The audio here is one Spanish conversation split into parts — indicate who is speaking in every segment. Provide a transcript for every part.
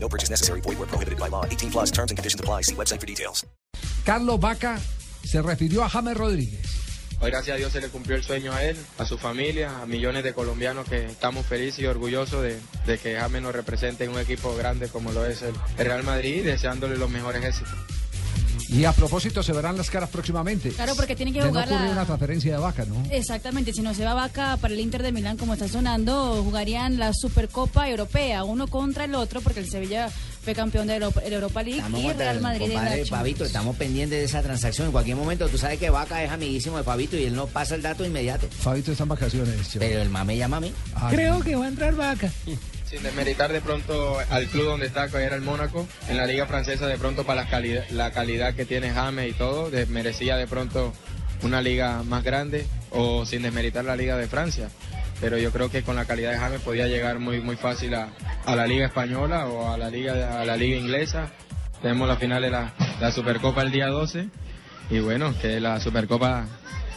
Speaker 1: No purchase necessary. Void where prohibited by law. 18 plus terms and conditions apply. See website for details.
Speaker 2: Carlos Vaca se refirió a James Rodríguez.
Speaker 3: Hoy gracias a Dios se le cumplió el sueño a él, a su familia, a millones de colombianos que estamos felices y orgullosos de, de que James nos represente en un equipo grande como lo es el el Real Madrid, deseándole los mejores éxitos.
Speaker 2: Y a propósito, se verán las caras próximamente.
Speaker 4: Claro, porque tienen que
Speaker 2: De
Speaker 4: jugar
Speaker 2: no ocurre
Speaker 4: la-
Speaker 2: una transferencia de Vaca, ¿no?
Speaker 4: Exactamente, si no se va Vaca para el Inter de Milán como está sonando, jugarían la Supercopa Europea, uno contra el otro, porque el Sevilla fue campeón de Euro- el Europa League
Speaker 5: Estamos
Speaker 4: y
Speaker 5: contra
Speaker 4: Real
Speaker 5: el
Speaker 4: Madrid en la
Speaker 5: compadre
Speaker 4: Champions.
Speaker 5: Pavito, estamos pendientes de esa transacción. En cualquier momento, tú sabes que Vaca es amiguísimo de Pavito y él nos pasa el dato inmediato.
Speaker 2: Fabito está en vacaciones. che.
Speaker 5: Pero el mame llama a mí.
Speaker 2: Ah, no.
Speaker 6: que va a entrar vaca.
Speaker 3: Sin desmeritar de pronto al club donde está, que era el Mónaco, en la Liga Francesa, de pronto para la calidad, la calidad que tiene James y todo, de- merecía de pronto una liga más grande o sin desmeritar la Liga de Francia. Pero yo creo que con la calidad de James podía llegar muy, muy fácil a, a la Liga Española o a la Liga, a la Liga Inglesa. Tenemos la final de la, la Supercopa el día 12 y bueno, que la Supercopa,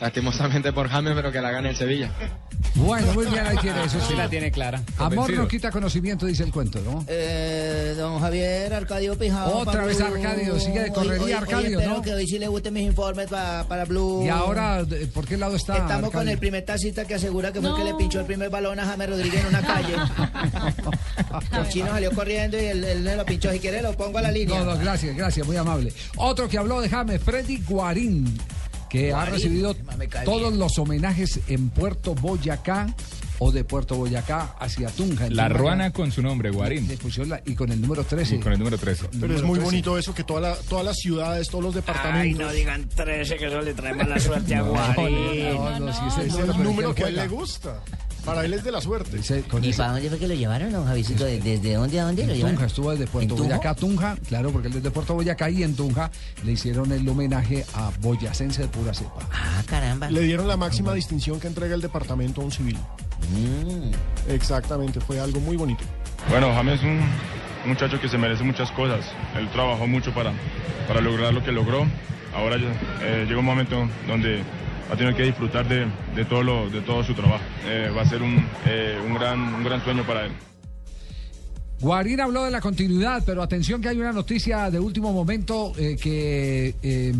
Speaker 3: lastimosamente por James, pero que la gane el Sevilla.
Speaker 2: Bueno, muy bien, ahí tiene eso. sí.
Speaker 6: tiene clara.
Speaker 2: Amor no quita conocimiento, dice el cuento, ¿no?
Speaker 5: Eh, don Javier Arcadio Pijao.
Speaker 2: Otra
Speaker 5: pa'
Speaker 2: vez
Speaker 5: Blue.
Speaker 2: Arcadio, sigue de correría,
Speaker 5: Hoy- hoy- hoy
Speaker 2: Arcadio,
Speaker 5: espero
Speaker 2: ¿no?
Speaker 5: que hoy sí le gusten mis informes pa- para Blue.
Speaker 2: Y ahora, de- ¿por qué lado está?
Speaker 5: Oh. Estamos con
Speaker 2: Arcadio?
Speaker 5: el primer tacita que asegura que fue el que le
Speaker 4: No.
Speaker 5: pinchó el primer balón a James Rodríguez en una calle. el chino salió corriendo y él, él le lo pinchó. Si quiere, lo pongo a la línea.
Speaker 2: No, no, gracias, gracias, muy amable. Otro que habló de James, Freddy Guarín, que ha
Speaker 5: Guarín,
Speaker 2: recibido
Speaker 5: me cae
Speaker 2: todos
Speaker 5: bien.
Speaker 2: los homenajes en Puerto Boyacá o de Puerto Boyacá hacia Tunja. en
Speaker 7: La
Speaker 2: Tunja,
Speaker 7: ruana con su nombre, Guarín.
Speaker 2: Le pusieron la- y con el número
Speaker 7: Y
Speaker 2: 13.
Speaker 7: con el número 13.
Speaker 8: Pero es
Speaker 2: Número
Speaker 8: muy
Speaker 2: 13.
Speaker 8: bonito eso, que toda la- todas las ciudades, todos los
Speaker 5: Ay,
Speaker 8: departamentos,
Speaker 5: no digan 13, que eso le trae mala suerte a
Speaker 2: No,
Speaker 5: Guarín.
Speaker 2: no, no, sí, ese
Speaker 4: no,
Speaker 2: es
Speaker 8: es
Speaker 2: el
Speaker 8: el número que a él
Speaker 2: juega.
Speaker 8: le gusta. Para él es de la suerte.
Speaker 2: Ese- con
Speaker 5: ¿Y
Speaker 2: ese-
Speaker 5: para dónde fue que lo llevaron, don Javisito? ¿De- ¿Desde dónde a dónde lo
Speaker 2: En
Speaker 5: llevaron?
Speaker 2: Tunja, estuvo desde Puerto
Speaker 5: ¿En Tunja?
Speaker 2: Boyacá a Tunja, claro, porque él es de Puerto Boyacá y en Tunja le hicieron el homenaje a Boyacense de pura cepa.
Speaker 5: Ah, caramba.
Speaker 8: Le dieron la máxima distinción que entrega el departamento a un civil. Mm. Exactamente, fue algo muy bonito.
Speaker 9: Bueno, James es un muchacho que se merece muchas cosas. Él trabajó mucho para, para lograr lo que logró. Ahora ya, eh, llega un momento donde va a tener que disfrutar de, de todo, lo- de todo su trabajo. Eh, va a ser un, eh, un gran, un gran sueño para él.
Speaker 2: Guarín habló de la continuidad, pero atención que hay una noticia de último momento eh, que eh,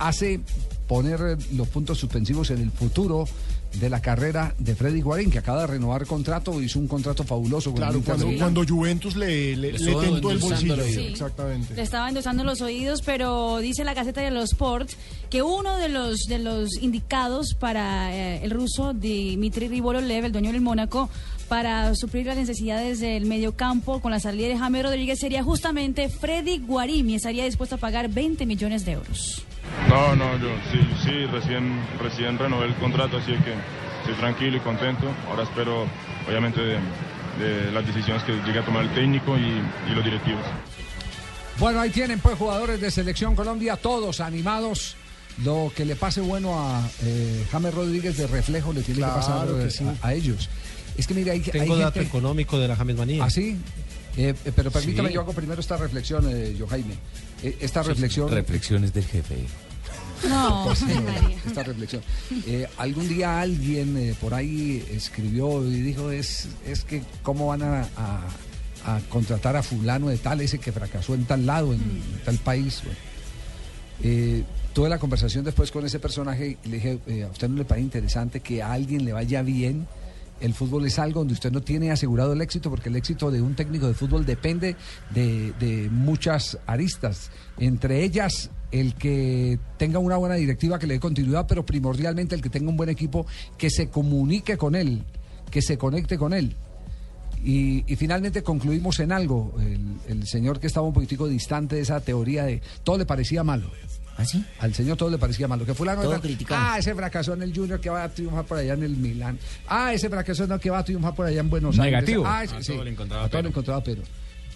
Speaker 2: hace poner los puntos suspensivos en el futuro de la carrera de Freddy Guarín, que acaba de renovar contrato, hizo un contrato fabuloso con el
Speaker 8: Claro,
Speaker 2: Inter de
Speaker 8: cuando,
Speaker 2: Milán.
Speaker 8: cuando Juventus le, le, le
Speaker 6: estuvo
Speaker 8: tentó el
Speaker 6: endulzando
Speaker 8: bolsillo.
Speaker 6: la vida.
Speaker 4: Sí. Le
Speaker 8: Exactamente.
Speaker 4: estaba endosando los oídos, pero dice la Gaceta de los Sports que uno de los de los indicados para eh, el ruso Dimitri Riborolev, el dueño del Mónaco, para suplir las necesidades del mediocampo con la salida de James Rodríguez sería justamente Freddy Guarim y estaría dispuesto a pagar 20 millones de euros.
Speaker 9: No, no, yo sí, sí, recién, recién renové el contrato, así que estoy tranquilo y contento. Ahora espero, obviamente, de, de las decisiones que llegue a tomar el técnico y- y los directivos.
Speaker 2: Bueno, ahí tienen pues jugadores de Selección Colombia, todos animados. Lo que le pase bueno a eh, James Rodríguez de reflejo le tiene
Speaker 8: Claro
Speaker 2: que pasar
Speaker 8: que
Speaker 2: eh,
Speaker 8: sí.
Speaker 2: a, a ellos. Es que mira, hay, hay
Speaker 6: Tengo dato
Speaker 2: gente- ¿Ah,
Speaker 6: económico de la James Manía.
Speaker 2: Así. eh, pero permítame,
Speaker 6: Sí.
Speaker 2: yo hago primero esta reflexión, eh, yo Jaime. Eh, esta reflexión.
Speaker 6: Reflexiones del jefe.
Speaker 4: No, José María.
Speaker 2: Esta reflexión. Eh, algún día alguien eh, por ahí escribió y dijo, es, es que cómo van a, a- a contratar a fulano de tal, ese que fracasó en tal lado, en, tal país. Bueno, eh, tuve la conversación después con ese personaje y le dije, eh, ¿a usted no le parece interesante que a alguien le vaya bien? El fútbol es algo donde usted no tiene asegurado el éxito porque el éxito de un técnico de fútbol depende de, de muchas aristas. Entre ellas, el que tenga una buena directiva que le dé continuidad, pero primordialmente el que tenga un buen equipo que se comunique con él, que se conecte con él. Y, y finalmente concluimos en algo. El, el señor que estaba un poquitico distante de esa teoría de todo le parecía malo.
Speaker 5: ¿Ah, sí?
Speaker 2: Al señor todo le parecía malo. Que fulano
Speaker 5: Todo
Speaker 2: era-
Speaker 5: criticado.
Speaker 2: Ah, ese fracasó en el Junior que va a triunfar por allá en el Milán. Ah, ese fracasó no, que va a triunfar por allá en Buenos Aires.
Speaker 7: Negativo.
Speaker 2: Ah, ese-
Speaker 6: A
Speaker 2: sí,
Speaker 6: todo le encontraba
Speaker 2: a todo
Speaker 6: pero.
Speaker 2: le encontraba pero.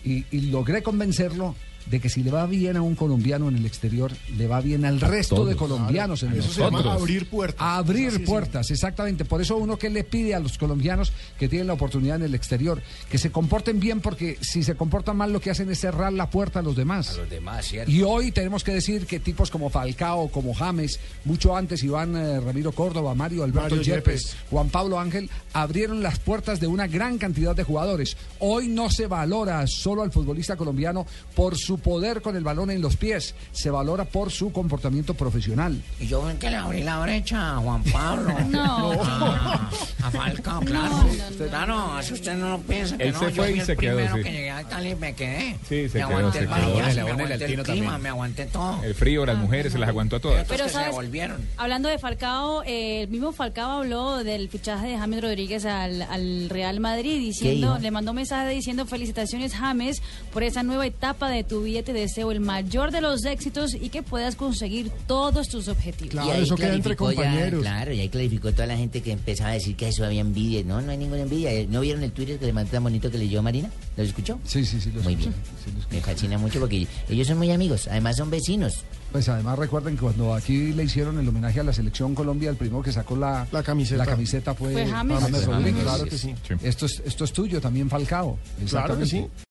Speaker 2: Y, y logré convencerlo de que si le va bien a un colombiano en el exterior, le va bien al resto de colombianos en el
Speaker 8: Eso se
Speaker 2: exterior.
Speaker 8: llama abrir puertas.
Speaker 2: Abrir
Speaker 8: Así es,
Speaker 2: puertas, exactamente. Por eso uno que le pide a los colombianos que tienen la oportunidad en el exterior, que se comporten bien, porque si se comportan mal lo que hacen es cerrar la puerta a los demás.
Speaker 5: Los demás, ¿cierto?
Speaker 2: Y hoy tenemos que decir que tipos como Falcao, como James, mucho antes Iván eh, Ramiro Córdoba, Mario Alberto
Speaker 8: Mario
Speaker 2: Yepes,
Speaker 8: Yepes.
Speaker 2: Juan Pablo Ángel, abrieron las puertas de una gran cantidad de jugadores. Hoy no se valora solo al futbolista colombiano por su poder con el balón en los pies, se valora por su comportamiento profesional.
Speaker 5: Y yo ven que le abrí la brecha a Juan Pablo.
Speaker 4: No.
Speaker 5: A, a Falcao, claro. Claro, así usted ah, no lo piensa. Que
Speaker 9: Él
Speaker 5: no,
Speaker 9: se
Speaker 5: yo
Speaker 9: fue
Speaker 5: fui
Speaker 9: y
Speaker 5: el
Speaker 9: se quedó,
Speaker 5: primero
Speaker 9: sí.
Speaker 5: que llegué al Cali y me quedé.
Speaker 9: Sí, se
Speaker 5: me
Speaker 9: quedó,
Speaker 5: aguanté
Speaker 9: se
Speaker 5: el
Speaker 9: quedó.
Speaker 5: balonazo,
Speaker 9: Le
Speaker 5: me
Speaker 9: abonó el
Speaker 5: aguanté el
Speaker 9: Altino
Speaker 5: clima,
Speaker 9: también.
Speaker 5: me aguanté todo.
Speaker 9: El frío,
Speaker 8: Ah,
Speaker 9: las mujeres, se las aguantó a todas.
Speaker 5: Estos
Speaker 4: Pero
Speaker 5: que se
Speaker 4: sabes,
Speaker 5: devolvieron.
Speaker 4: hablando de Falcao, eh, el mismo Falcao habló del fichaje de James Rodríguez al, al Real Madrid, diciendo,
Speaker 10: dijo?
Speaker 4: le mandó un mensaje diciendo felicitaciones James por esa nueva etapa de tu vida, te deseo el mayor de los éxitos y que puedas conseguir todos tus objetivos.
Speaker 8: Claro, eso queda entre
Speaker 11: clarificó ya-
Speaker 8: compañeros.
Speaker 11: claro, y ahí clarificó toda la gente que empezaba a decir que eso había envidia. No, no hay ninguna envidia. Eh, ¿No vieron el Twitter que le mandó tan bonito que leyó Marina? ¿Lo escuchó?
Speaker 2: Sí, sí, sí. los
Speaker 11: Muy
Speaker 2: escuché,
Speaker 11: bien.
Speaker 2: sí, los escuché.
Speaker 11: Me fascina mucho porque ellos son muy amigos. Además son vecinos.
Speaker 2: Pues además recuerden que cuando aquí le hicieron el homenaje a la selección Colombia, el primero que sacó la,
Speaker 8: La camiseta.
Speaker 2: camiseta fue,
Speaker 4: Fue James.
Speaker 8: James
Speaker 2: Rodríguez.
Speaker 8: Rodríguez, claro que sí.
Speaker 9: Sí.
Speaker 2: Esto es, esto es tuyo también, Falcao.
Speaker 8: Claro que
Speaker 2: Exactamente.
Speaker 8: sí.